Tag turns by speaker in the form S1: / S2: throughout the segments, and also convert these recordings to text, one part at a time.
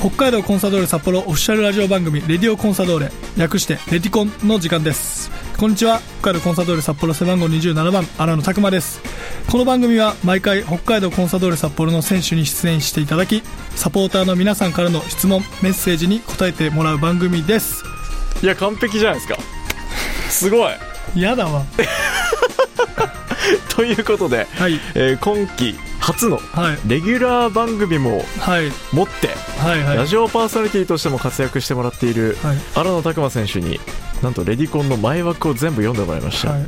S1: 北海道コンサドーレ札幌オフィシャルラジオ番組「レディオコンサドーレ」略して「レディコン」の時間ですこんにちは北海道コンサドーレ札幌背番号27番荒野拓磨ですこの番組は毎回北海道コンサドーレ札幌の選手に出演していただきサポーターの皆さんからの質問メッセージに答えてもらう番組です
S2: いや完璧じゃないですかすごい
S1: やだわ
S2: ということで、
S1: はい
S2: えー今季初の
S1: はい
S2: レギュラー番組も
S1: はい
S2: 持って、
S1: はいはい
S2: ラジオパーソナリティとしても活躍してもらっている
S1: はい
S2: 荒野拓磨選手になんとレディコンの前枠を全部読んでもらいました、
S1: は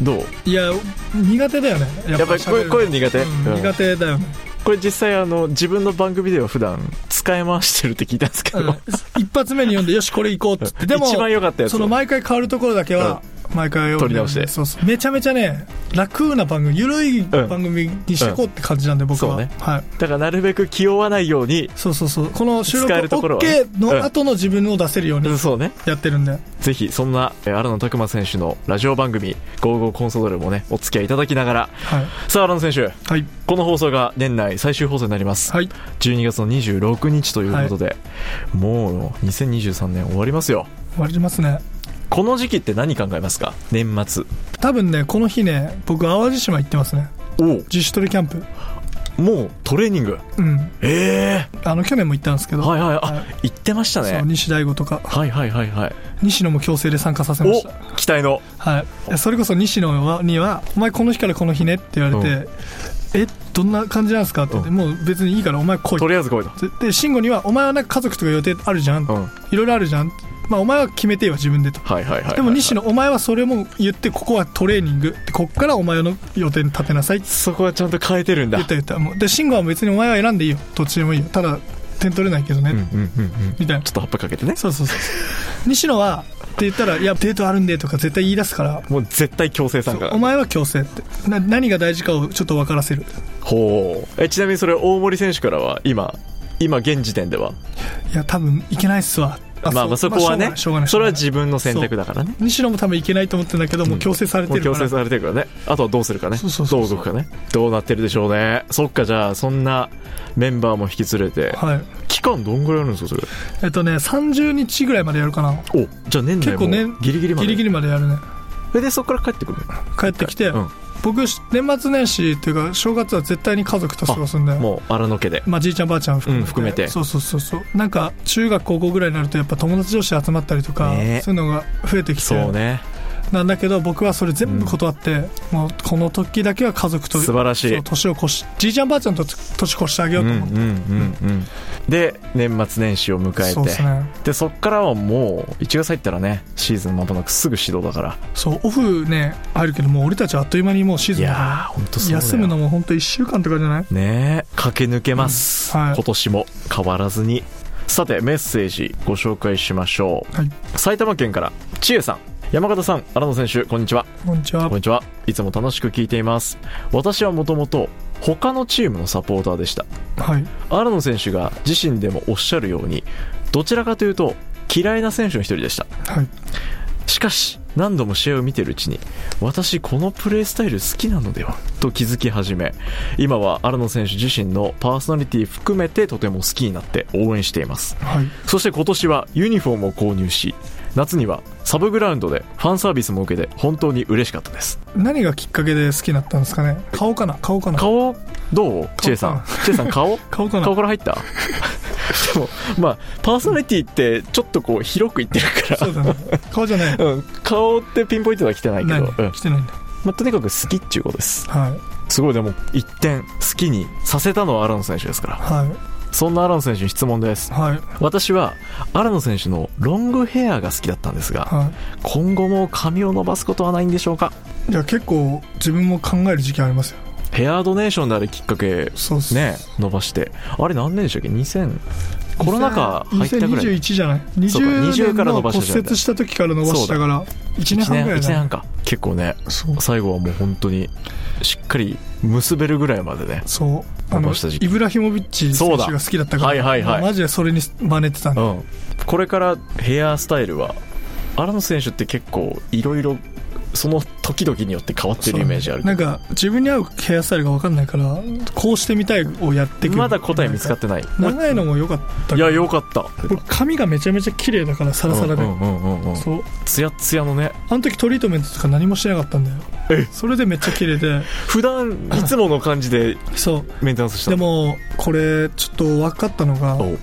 S2: どう
S1: い、いや苦手だよねや
S2: やっぱり
S1: 喋る
S2: 声
S1: の
S2: 声苦手、
S1: うん
S2: うん
S1: 苦手だよね、
S2: これ実際あの自分の番組では普段使い回してるって聞いたんですけど、
S1: うん一発目に読んでよしこれ行こうって言ってでも
S2: 一番良かったやつ
S1: その毎回変わるところだけは毎回読んで
S2: 撮り直して
S1: そうそうめちゃめちゃね楽な番組ゆるい番組にしていこうって感じなんで僕は、
S2: そうね
S1: はい、
S2: だからなるべく気負わないように
S1: そうそうそうこの収録
S2: 使えるところはね
S1: OK の後の自分を出せるように
S2: うんそうね
S1: やってるんで、
S2: ぜひそんなえー荒野拓磨選手のラジオ番組「ゴーゴーコンソドル」もねお付き合いいただきながら
S1: はい
S2: さあ荒野選手
S1: はい
S2: この放送が年内最終放送になります、
S1: はい
S2: 12月の26日ということで、もう2023年終わりますよ
S1: 終わりますね
S2: この時期って何考えますか年末
S1: 多分ねこの日ね僕淡路島行ってますね
S2: お
S1: 自主トレキャンプ
S2: おもうトレーニング
S1: うん
S2: ええ
S1: あの去年も行ったんですけど、
S2: はいはいあ、
S1: は
S2: 言ってました
S1: そう
S2: ね
S1: 西大悟とか
S2: はいはいはいはい
S1: 西野も強制で参加させま
S2: お
S1: した
S2: 期待の
S1: はいいや、それこそ西野はには「お前この日からこの日ね」って言われて「えどんな感じなんですか?」って言って「
S2: う
S1: もう別にいいからお前来い」
S2: とりあえず来いと
S1: で慎吾には「お前はなんか家族とか予定あるじゃん」
S2: うん
S1: いろいろあるじゃん」まあ、お前は決めてよ自分で」と。
S2: はいはいはい
S1: でも西
S2: 野
S1: 野、お前はそれも言って、ここはトレーニング。でこっからお前の予定に立てなさいって
S2: そこはちゃんと変えてるんだ
S1: 言った言った。もうで、慎吾は別にお前は選んでいいよ。どっちでもいいよ。ただ、点取れないけどね。
S2: うんうんうんうん
S1: みたいな
S2: ちょ。っと葉っぱかけてね
S1: そうそうそうそう。西野は、って言ったら、いや、デートあるんでとか絶対言い出すから、
S2: もう絶対強制参加
S1: お前は強制ってな何が大事かをちょっと分からせる
S2: ほうえちなみにそれ大森選手からは今今現時点ではい
S1: や多分いけないっすわ
S2: まあまあそこはね、
S1: しょうがないしょ
S2: そう
S1: が
S2: れは
S1: ない
S2: 自分の選択だからね
S1: 西野も多分いけないと思ってんだけどもう強制され
S2: も
S1: てる
S2: う強
S1: から、
S2: 制されてるからねあとはどうするかね
S1: そうそうそうそう
S2: どう動くかねどうなってるでしょうねそっかじゃあそんなメンバーも引き連れて
S1: はい
S2: 期間どんぐらいあるんですか
S1: えっとね30日ぐらいまでやるかな
S2: それおじゃあ年内
S1: 結構ね
S2: もギリギリまで
S1: ギリギリまでやるね
S2: それでそっから帰ってくる
S1: 帰ってきて、
S2: うん
S1: 僕年末年始っていうか正月は絶対に家族と過ごすんだよ
S2: もう荒野家で
S1: まあ、じいちゃんばあちゃん含めて,、
S2: うん含めて
S1: そうそうそうそうなんか中学高校ぐらいになるとやっぱ友達同士集まったりとか、
S2: ね
S1: そういうのが増えてきて
S2: そうね
S1: なんだけど僕はそれ全部断って、もうこの時だけは家族と
S2: 素晴らしい
S1: そう年を越しじいちゃんばあちゃんと年越してあげよ
S2: う
S1: うん
S2: う
S1: と思
S2: ん
S1: って、
S2: うんうんで年末年始を迎えて
S1: そうですね
S2: でそっからはもう1月入ったらねシーズンまもなくすぐ始動だから
S1: そうオフね入るけどもう俺たちはあっという間にもうシー
S2: い
S1: ズンだ
S2: や
S1: か
S2: ーほんと
S1: ら
S2: そうだよ
S1: 休むのも本当1週間とかじゃない
S2: ねえ駆け抜けます、
S1: うんはい
S2: 今年も変わらずにさてメッセージご紹介しましょ
S1: はいう
S2: 埼玉県から千恵さん山形さん荒野選手こんにちは
S1: こんにちは
S2: こんにちはいつも楽しく聞いています私はもともと他のチームのサポーターでした
S1: はい
S2: 荒野選手が自身でもおっしゃるようにどちらかというと嫌いな選手の一人でした
S1: はい
S2: しかし何度も試合を見てるうちに私このプレースタイル好きなのではと気づき始め今は荒野選手自身のパーソナリティ含めてとても好きになって応援しています
S1: はい
S2: そして今年はユニフォームを購入し夏にはサブグラウンドでファンサービスも受けて本当に嬉しかったです
S1: 何がきっかけで好きになったんですかね顔かな顔かな
S2: 顔どうチェさんチェさん顔
S1: 顔かな
S2: 顔から入ったでもまあパーソナリティってちょっとこう広くいってるか
S1: そうだね顔じゃ ない
S2: ら、うん、顔ってピンポイントは来てないけ
S1: 何
S2: ど、うん
S1: してないんだ
S2: まあ、とにかく好きっていうことです
S1: はい
S2: すごいでも一点好きにさせたのはアラン選手ですから
S1: はい
S2: そんなアラン選手に質問です
S1: はい
S2: 私はアラン選手のロングヘアが好きだったんですが
S1: はい
S2: 今後も髪を伸ばすことはないんでしょうか
S1: いや結構自分も考える時期ありますよ
S2: ヘアドネーションであれきっかけ
S1: そうっす
S2: ね伸ばしてあれ何年でしたっけ2000コロナ禍入ったぐらい
S1: 2021じゃない
S2: そうか
S1: 20
S2: 20
S1: 年
S2: から
S1: の
S2: 伸ば
S1: 骨
S2: し
S1: 折
S2: たじゃん
S1: した時から伸ばしたから1年半ぐらい
S2: 1
S1: だ
S2: 年
S1: ね
S2: 半か結構ね
S1: そう
S2: 最後はもう本当にしっかり結べるぐらいまでね
S1: そうあ
S2: 伸
S1: の
S2: ばした時期
S1: イブラヒモビッチ選手
S2: そう
S1: が
S2: だ
S1: 好きだったから
S2: はいはいはい
S1: マジでそれに真似てたん
S2: う
S1: だ
S2: んこれからヘアスタイルは荒野選手って結構いろいろその時々によって変わってるイメージある
S1: なんか自分に合うヘアスタイルが分かんないからこうしてみたいをやってくる
S2: まだ答え見つかってない
S1: 長いのも良かったけ
S2: い
S1: ど
S2: やよかった
S1: 僕髪がめちゃめちゃ綺麗だからサラサラで、
S2: うんうんうんうんうん
S1: そう
S2: ツヤッツヤのね
S1: あの時トリートメントとか何もしてなかったんだよ
S2: え
S1: それでめっちゃ綺麗で
S2: 普段いつもの感じで
S1: そ
S2: メンテナンスし
S1: う
S2: た
S1: でもこれちょっと分かったのが
S2: おう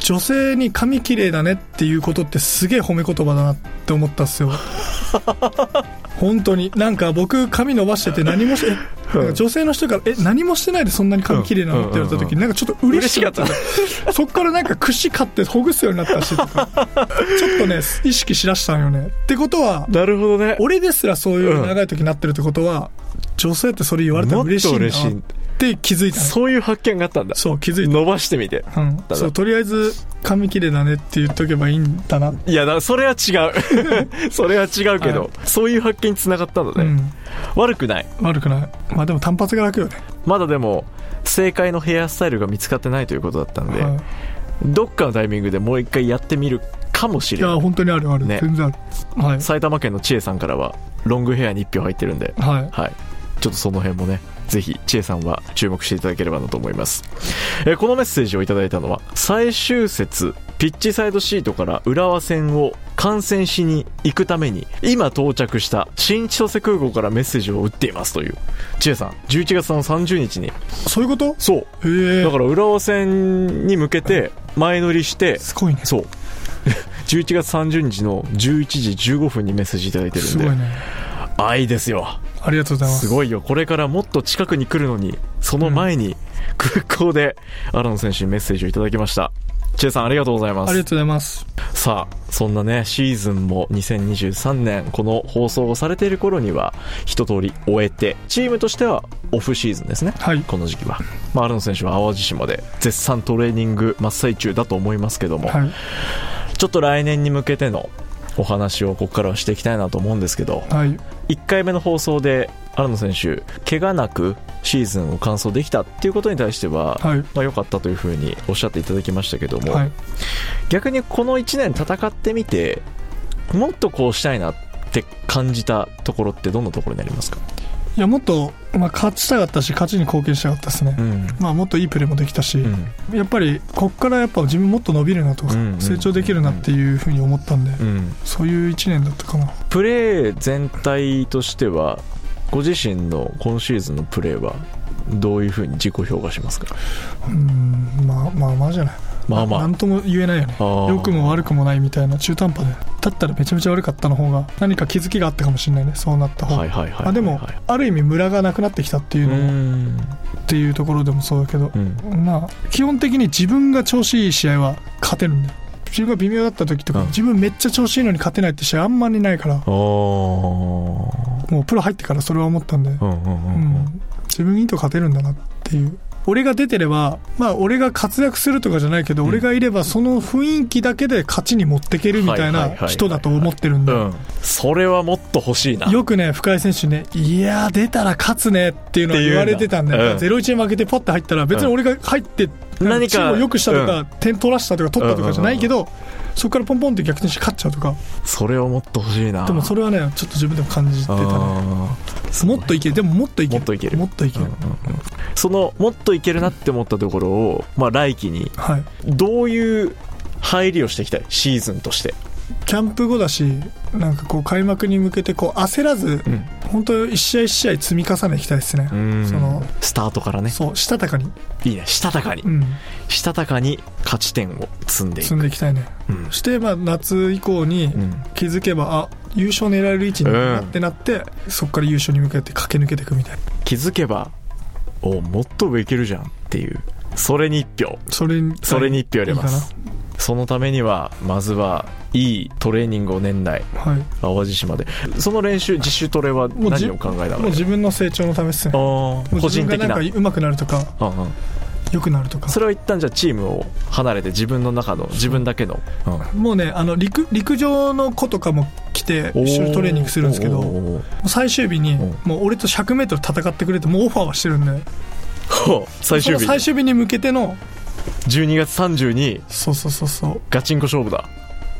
S1: 女性に髪綺麗だねっていうことってすげえ褒め言葉だなって思ったっ すよ本当になんか僕髪伸ばしてて何もしてなんか女性の人から「え何もしてないでそんなに髪綺麗なの?」って言われた時
S2: うん
S1: なんかちょっと嬉しかった
S2: 嬉
S1: そっからなんか櫛買ってほぐすようになったしと かちょっとね意識しだしたんよねってことは
S2: なるほどね
S1: 俺ですらそういう長い時になってるってことは、女性ってそれ言われたら嬉しいんだなって気づいたの
S2: そういう発見があったんだ
S1: そう気づいた
S2: 伸ばしてみて
S1: うん、
S2: だ
S1: そうとりあえず髪綺麗だねって言っとけばいいんだな、
S2: いやだそれは違 うそれは違うけど、
S1: は
S2: そういう発見につながったの
S1: う
S2: で、
S1: ん、
S2: 悪くない
S1: 悪くないまあでも単発が楽よね、
S2: まだでも正解のヘアスタイルが見つかってないということだったんで、
S1: は
S2: どっかのタイミングでもう一回やってみるかもし
S1: い、い
S2: れな
S1: や
S2: い
S1: 本当にあるある、
S2: ね
S1: 全然あるはい、
S2: 埼玉県の千恵さんからはロングヘアに1票入ってるんで
S1: はい、
S2: はい。ちょっとその辺もね、ぜひ、ちえさんは注目していただければなと思います。えーこのメッセージをいただいたのは、最終節、ピッチサイドシートから浦和線を観戦しに行くために、今到着した新千歳空港からメッセージを打っていますという。ちえさん、11月の30日に、
S1: そういうこと
S2: そ う。
S1: へえ
S2: だから浦和線に向けて前乗りして、
S1: すごいね
S2: そう。11月30日の11時15分にメッセージいただいてる
S1: す
S2: ん
S1: ごい
S2: で、
S1: ね
S2: 愛ですよ。
S1: ありがとうございます
S2: すごいよこれからもっと近くに来るのにその前に空港で新野選手にメッセージをいただきましたチェさんありがとうございま
S1: ありが
S2: す
S1: とうございます
S2: さあそんなねシーズンも2023年この放送をされている頃には一通り終えてチームとしてはオフシーズンですね
S1: はい
S2: この時期は、まあ、新野選手は淡路島で絶賛トレーニング真っ最中だと思いますけども、
S1: はい
S2: ちょっと来年に向けてのお話をここからはしていきたいなと思うんですけど、
S1: はい
S2: 1回目の放送で新野選手怪我なくシーズンを完走できたっていうことに対しては、
S1: はい
S2: まあ、良かったというふうにおっしゃっていただきましたけども、
S1: はい
S2: 逆にこの1年戦ってみてもっとこうしたいなって感じたところってどんなところになりますか、
S1: いやもっと、まあ、勝ちたかったし勝ちに貢献したかったですね、
S2: ん
S1: まあ、もっといいプレーもできたし、
S2: うん
S1: やっぱりここからやっぱ自分もっと伸びるなとか
S2: うんうん
S1: 成長できるなっていうふうに思ったんで
S2: うん、
S1: そういう1年だったかな
S2: プレー全体としてはご自身の今シーズンのプレーはどういうふうに自己評価しますか
S1: うんまあまあまあじゃない
S2: まあまあ
S1: なんとも言えないよね
S2: あー
S1: 良くも悪くもないみたいな中途半端でだったらめちゃめちゃ悪かったの方が何か気づきがあったかもしれないねそうなった方が、
S2: はいはいはいはいはい
S1: あでもある意味ムラがなくなってきたっていううのも、っ
S2: ん
S1: ていうところでもそうだけど
S2: う、ん
S1: まあ基本的に自分が調子いい試合は勝てるんだよ自分が微妙だった時とか、
S2: うん
S1: 自分めっちゃ調子いいのに勝てないって試合あんまりないから
S2: おー
S1: もうプロ入ってからそれは思ったんで、
S2: うんう
S1: う
S2: んう
S1: ん
S2: うん
S1: ん、自分いいと勝てるんだなっていう俺が出てればまあ俺が活躍するとかじゃないけど、
S2: うん
S1: 俺がいればその雰囲気だけで勝ちに持ってけるみたい
S2: はいはいはい
S1: な
S2: はい
S1: 人だと思ってるん
S2: う
S1: で、
S2: んそれはもっと欲しいな
S1: よくね深井選手ねいやー出たら勝つねっていうのは
S2: ってい
S1: 言
S2: うな
S1: われてたんで、
S2: うん
S1: 0-1に負けてパッと入ったら別に俺が入って、
S2: 何か
S1: チームを良くしたとか、点取らしたとか取ったとかじゃないけど、そこからポンポンって逆転して勝っちゃうとか
S2: それをもっと欲しいな
S1: でもそれはねちょっと自分でも感じてたね
S2: あー
S1: もっといけるでももっといける
S2: もっといける
S1: もっといける、
S2: うんうんうんそのもっといけるなって思ったところを、まあ、来季に
S1: はい
S2: どういう入りをしていきたいシーズンとして
S1: キャンプ後だしなんかこう開幕に向けてこう焦らず、
S2: うん
S1: 本当一試合一試合積み重ねていきたいですね、その
S2: スタートからね
S1: そうしたたかに、
S2: いいねしたたかに
S1: うん、
S2: したたかに勝ち点を積んでい
S1: 積
S2: く
S1: んでいきたいね
S2: うん
S1: そしてまあ夏以降に
S2: うん
S1: 気づけば、あ優勝狙える位置になってなって、そこから優勝に向けて駆け抜けていくみたいな
S2: 気づけばおもっと上いけるじゃんっていうそれに1票
S1: それに
S2: それに1票入れます
S1: い
S2: そのためにはまずはいいトレーニングを年内
S1: いかなはい
S2: 淡路島でその練習自主トレは
S1: もうじ
S2: 何を考え
S1: もう
S2: ながら
S1: 自分の成長のためですね
S2: ああ
S1: もう
S2: 個
S1: 自
S2: 人
S1: 分が
S2: 的な
S1: なんか上手くなるとか
S2: うんうん
S1: 良くなるとか
S2: それは一旦じゃあチームを離れて自分の中の自分だけの、
S1: もうねあの陸陸上の子とかも来て
S2: うん
S1: 一緒にトレーニングするんですけど
S2: おーおーおー
S1: 最終日に
S2: うん
S1: もう俺と 100m 戦ってくれてもうオファーはしてるんで
S2: ほう 最終
S1: そ
S2: 日
S1: の最終日に向けての
S2: 12月30日
S1: そうそうそうそ
S2: ガチンコ勝負だ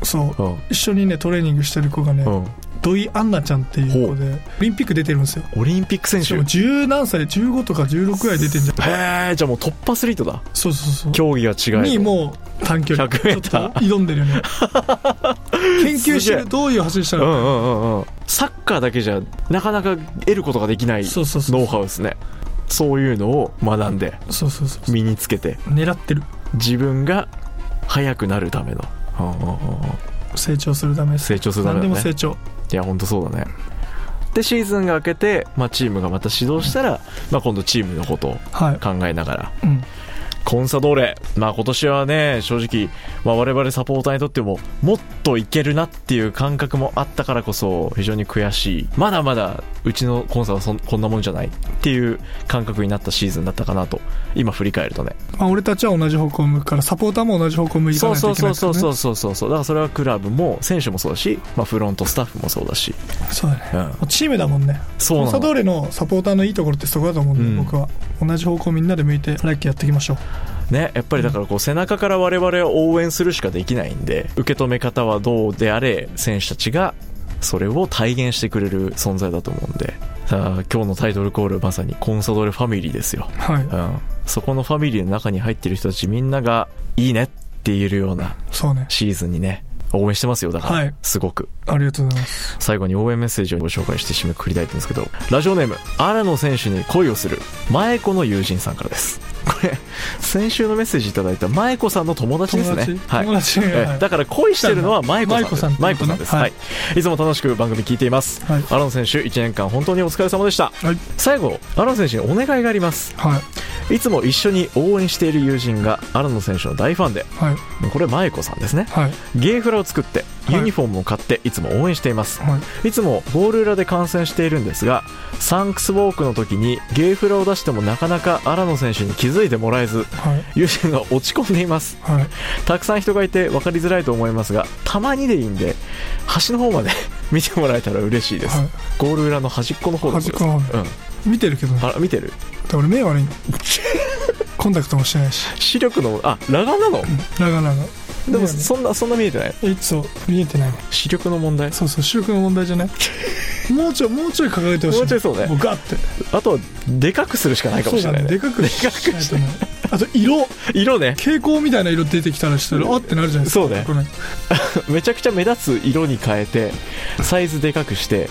S1: うそう
S2: うん
S1: 一緒にねトレーニングしてる子がね
S2: うん
S1: 土井杏奈ちゃんっていう子でオリンピック出てるんですよ
S2: オリンピック選
S1: し
S2: 手
S1: かも十何歳15とか16ぐらい出てんじゃん
S2: へえじゃあもうトップアスリートだ
S1: そうそうそう
S2: 競技が違い
S1: にもう短距離ちょ
S2: 100m
S1: っと挑んでるよ ね研究してるどういう走りした
S2: うんう
S1: ら
S2: んうんうんサッカーだけじゃなかなか得ることができない
S1: そうそうそう
S2: ノウハウですねそういうのを学んで
S1: そうそうそう
S2: 身につけて
S1: 狙ってる
S2: 自分が速くなるための、うんうんうんうん
S1: 成長するためです
S2: 成長するため
S1: 何で
S2: だね
S1: も成長
S2: いや本当そうだねでシーズンが明けて、まあ、チームがまた始動したら、まあ、今度チームのことを
S1: はい
S2: 考えながら
S1: うん
S2: コンサドーレ、まあ、今年はね正直、まあ、我々サポーターにとってももっといけるなっていう感覚もあったからこそ非常に悔しいまだまだうちのコンサはそんこんなもんじゃないっていう感覚になったシーズンだったかなと今振り返るとね
S1: まあ俺たちは同じ方向を向くからサポーターも同じ方向を向いていか
S2: そう
S1: ないと
S2: そう
S1: いけな
S2: そ
S1: いうですからね
S2: そうそうそうそうだからそれはクラブも選手もそうだし、まあ、フロントスタッフもそうだし、
S1: そうだね
S2: うん、
S1: もうチームだもんね
S2: そう
S1: コン
S2: な
S1: サ
S2: の
S1: ドーレのサポーターのいいところってそこだと思うんで、
S2: うん
S1: 僕は同じ方向みんなで向いてラッキーやっていきましょう
S2: ね、やっぱりだからこう背中から我々を応援するしかできないんで受け止め方はどうであれ選手たちがそれを体現してくれる存在だと思うんでさあ今日のタイトルコールまさにコンサドーレファミリーですよ、
S1: はい
S2: うん、そこのファミリーの中に入ってる人たちみんながいいねって言えるような
S1: そうね
S2: シーズンにね応援してますよだから、
S1: はい
S2: すごく
S1: ありがとうございます
S2: 最後に応援メッセージをご紹介して締めくくりたいんですけどラジオネーム荒野選手に恋をする前子の友人さんからですこれ先週のメッセージいただいた前子さんの友達です
S1: 友
S2: ね
S1: 達、
S2: はい
S1: 友達
S2: え
S1: は
S2: だから恋してるのは舞子さん
S1: 舞
S2: 舞
S1: 子さんっ
S2: 子さん
S1: てことね
S2: です、はいいつも楽しく番組聞いています、
S1: はい
S2: アロン選手1年間本当にお疲れ様でした
S1: いはい、
S2: 最後アロン選手にお願いがあります
S1: はい
S2: いつも一緒に応援している友人がアロン選手の大ファンで
S1: はい
S2: これ舞子さんですね
S1: はい
S2: ゲーフラを作って
S1: い
S2: ユニフォームを買っていつも応援しています、
S1: はい
S2: いつもゴール裏で観戦しているんですがサンクスウォークの時にゲーフラを出してもなかなか荒野選手に気づいてもらえず
S1: はい
S2: 友人が落ち込んでいます
S1: はい
S2: たくさん人がいて分かりづらいと思いますがたまにでいいんで端の方まで 見てもらえたら嬉しいです、
S1: は
S2: ゴール裏の端っこの方で
S1: 端
S2: す
S1: っこの方
S2: うん
S1: い見てるけどねだか
S2: あら見てる
S1: ら俺目悪いの コンタクトもしてないし
S2: 視力のあ裸眼なの
S1: ラガラガ
S2: でも
S1: 目悪い
S2: そんなそんな見えてない
S1: えそう見えてないね
S2: 視力の問題
S1: そうそう視力の問題 じゃないもうちょいもうちょい掲げてほしい
S2: もうちょいそうね
S1: もうガッて
S2: あとはでかくするしかないかもしれないね
S1: そうだねでかく
S2: で
S1: しな
S2: か
S1: い
S2: く
S1: とね
S2: して
S1: あと色
S2: 色ね
S1: 蛍光みたいな色出てきたらしたらあってなるじゃないですか
S2: そうね
S1: これ
S2: めちゃくちゃ目立つ色に変えてサイズでかくして、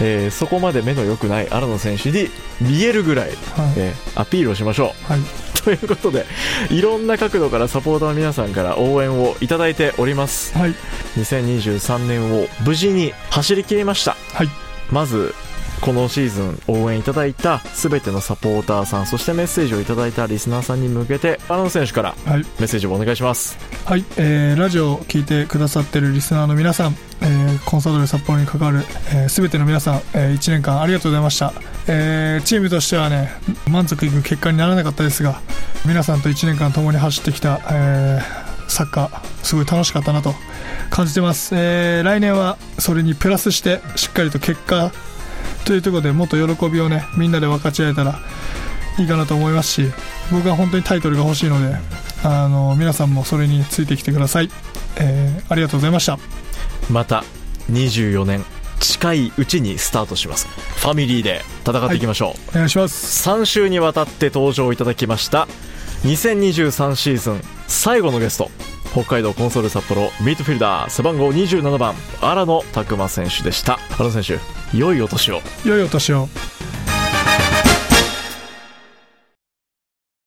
S2: えーそこまで目の良くない荒野選手に見えるぐらい、
S1: はい、
S2: えーアピールをしましょ
S1: はい、
S2: う ということでいろんな角度からサポーターの皆さんから応援をいただいております
S1: はい、
S2: 2023年を無事に走り切りました
S1: はい、
S2: まずこのシーズン応援いただいた全てのサポーターさんそしてメッセージをいただいたリスナーさんに向けて荒野選手から
S1: はい、
S2: メッセージをお願いします
S1: はい、えーラジオを聞いてくださってるリスナーの皆さん、えーコンサドーレ札幌に関わる、えー、全ての皆さん、え1年間ありがとうございました、えーチームとしてはね満足いく結果にならなかったですが皆さんと1年間共に走ってきた、えーサッカーすごい楽しかったなと感じてます、えー来年はそれにプラスしてしっかりと結果というところでもっと喜びをねみんなで分かち合えたらいいかなと思いますし僕は本当にタイトルが欲しいのであの皆さんもそれについてきてください、えーありがとうございました
S2: また24年近いうちにスタートしますファミリーで戦っていきましょう、
S1: お願いします
S2: 3週にわたって登場いただきました2023シーズン最後のゲスト北海道コンソール札幌ミートフィルダー背番号27番荒野拓磨選手でした荒野選手良いお年を
S1: 良いお年を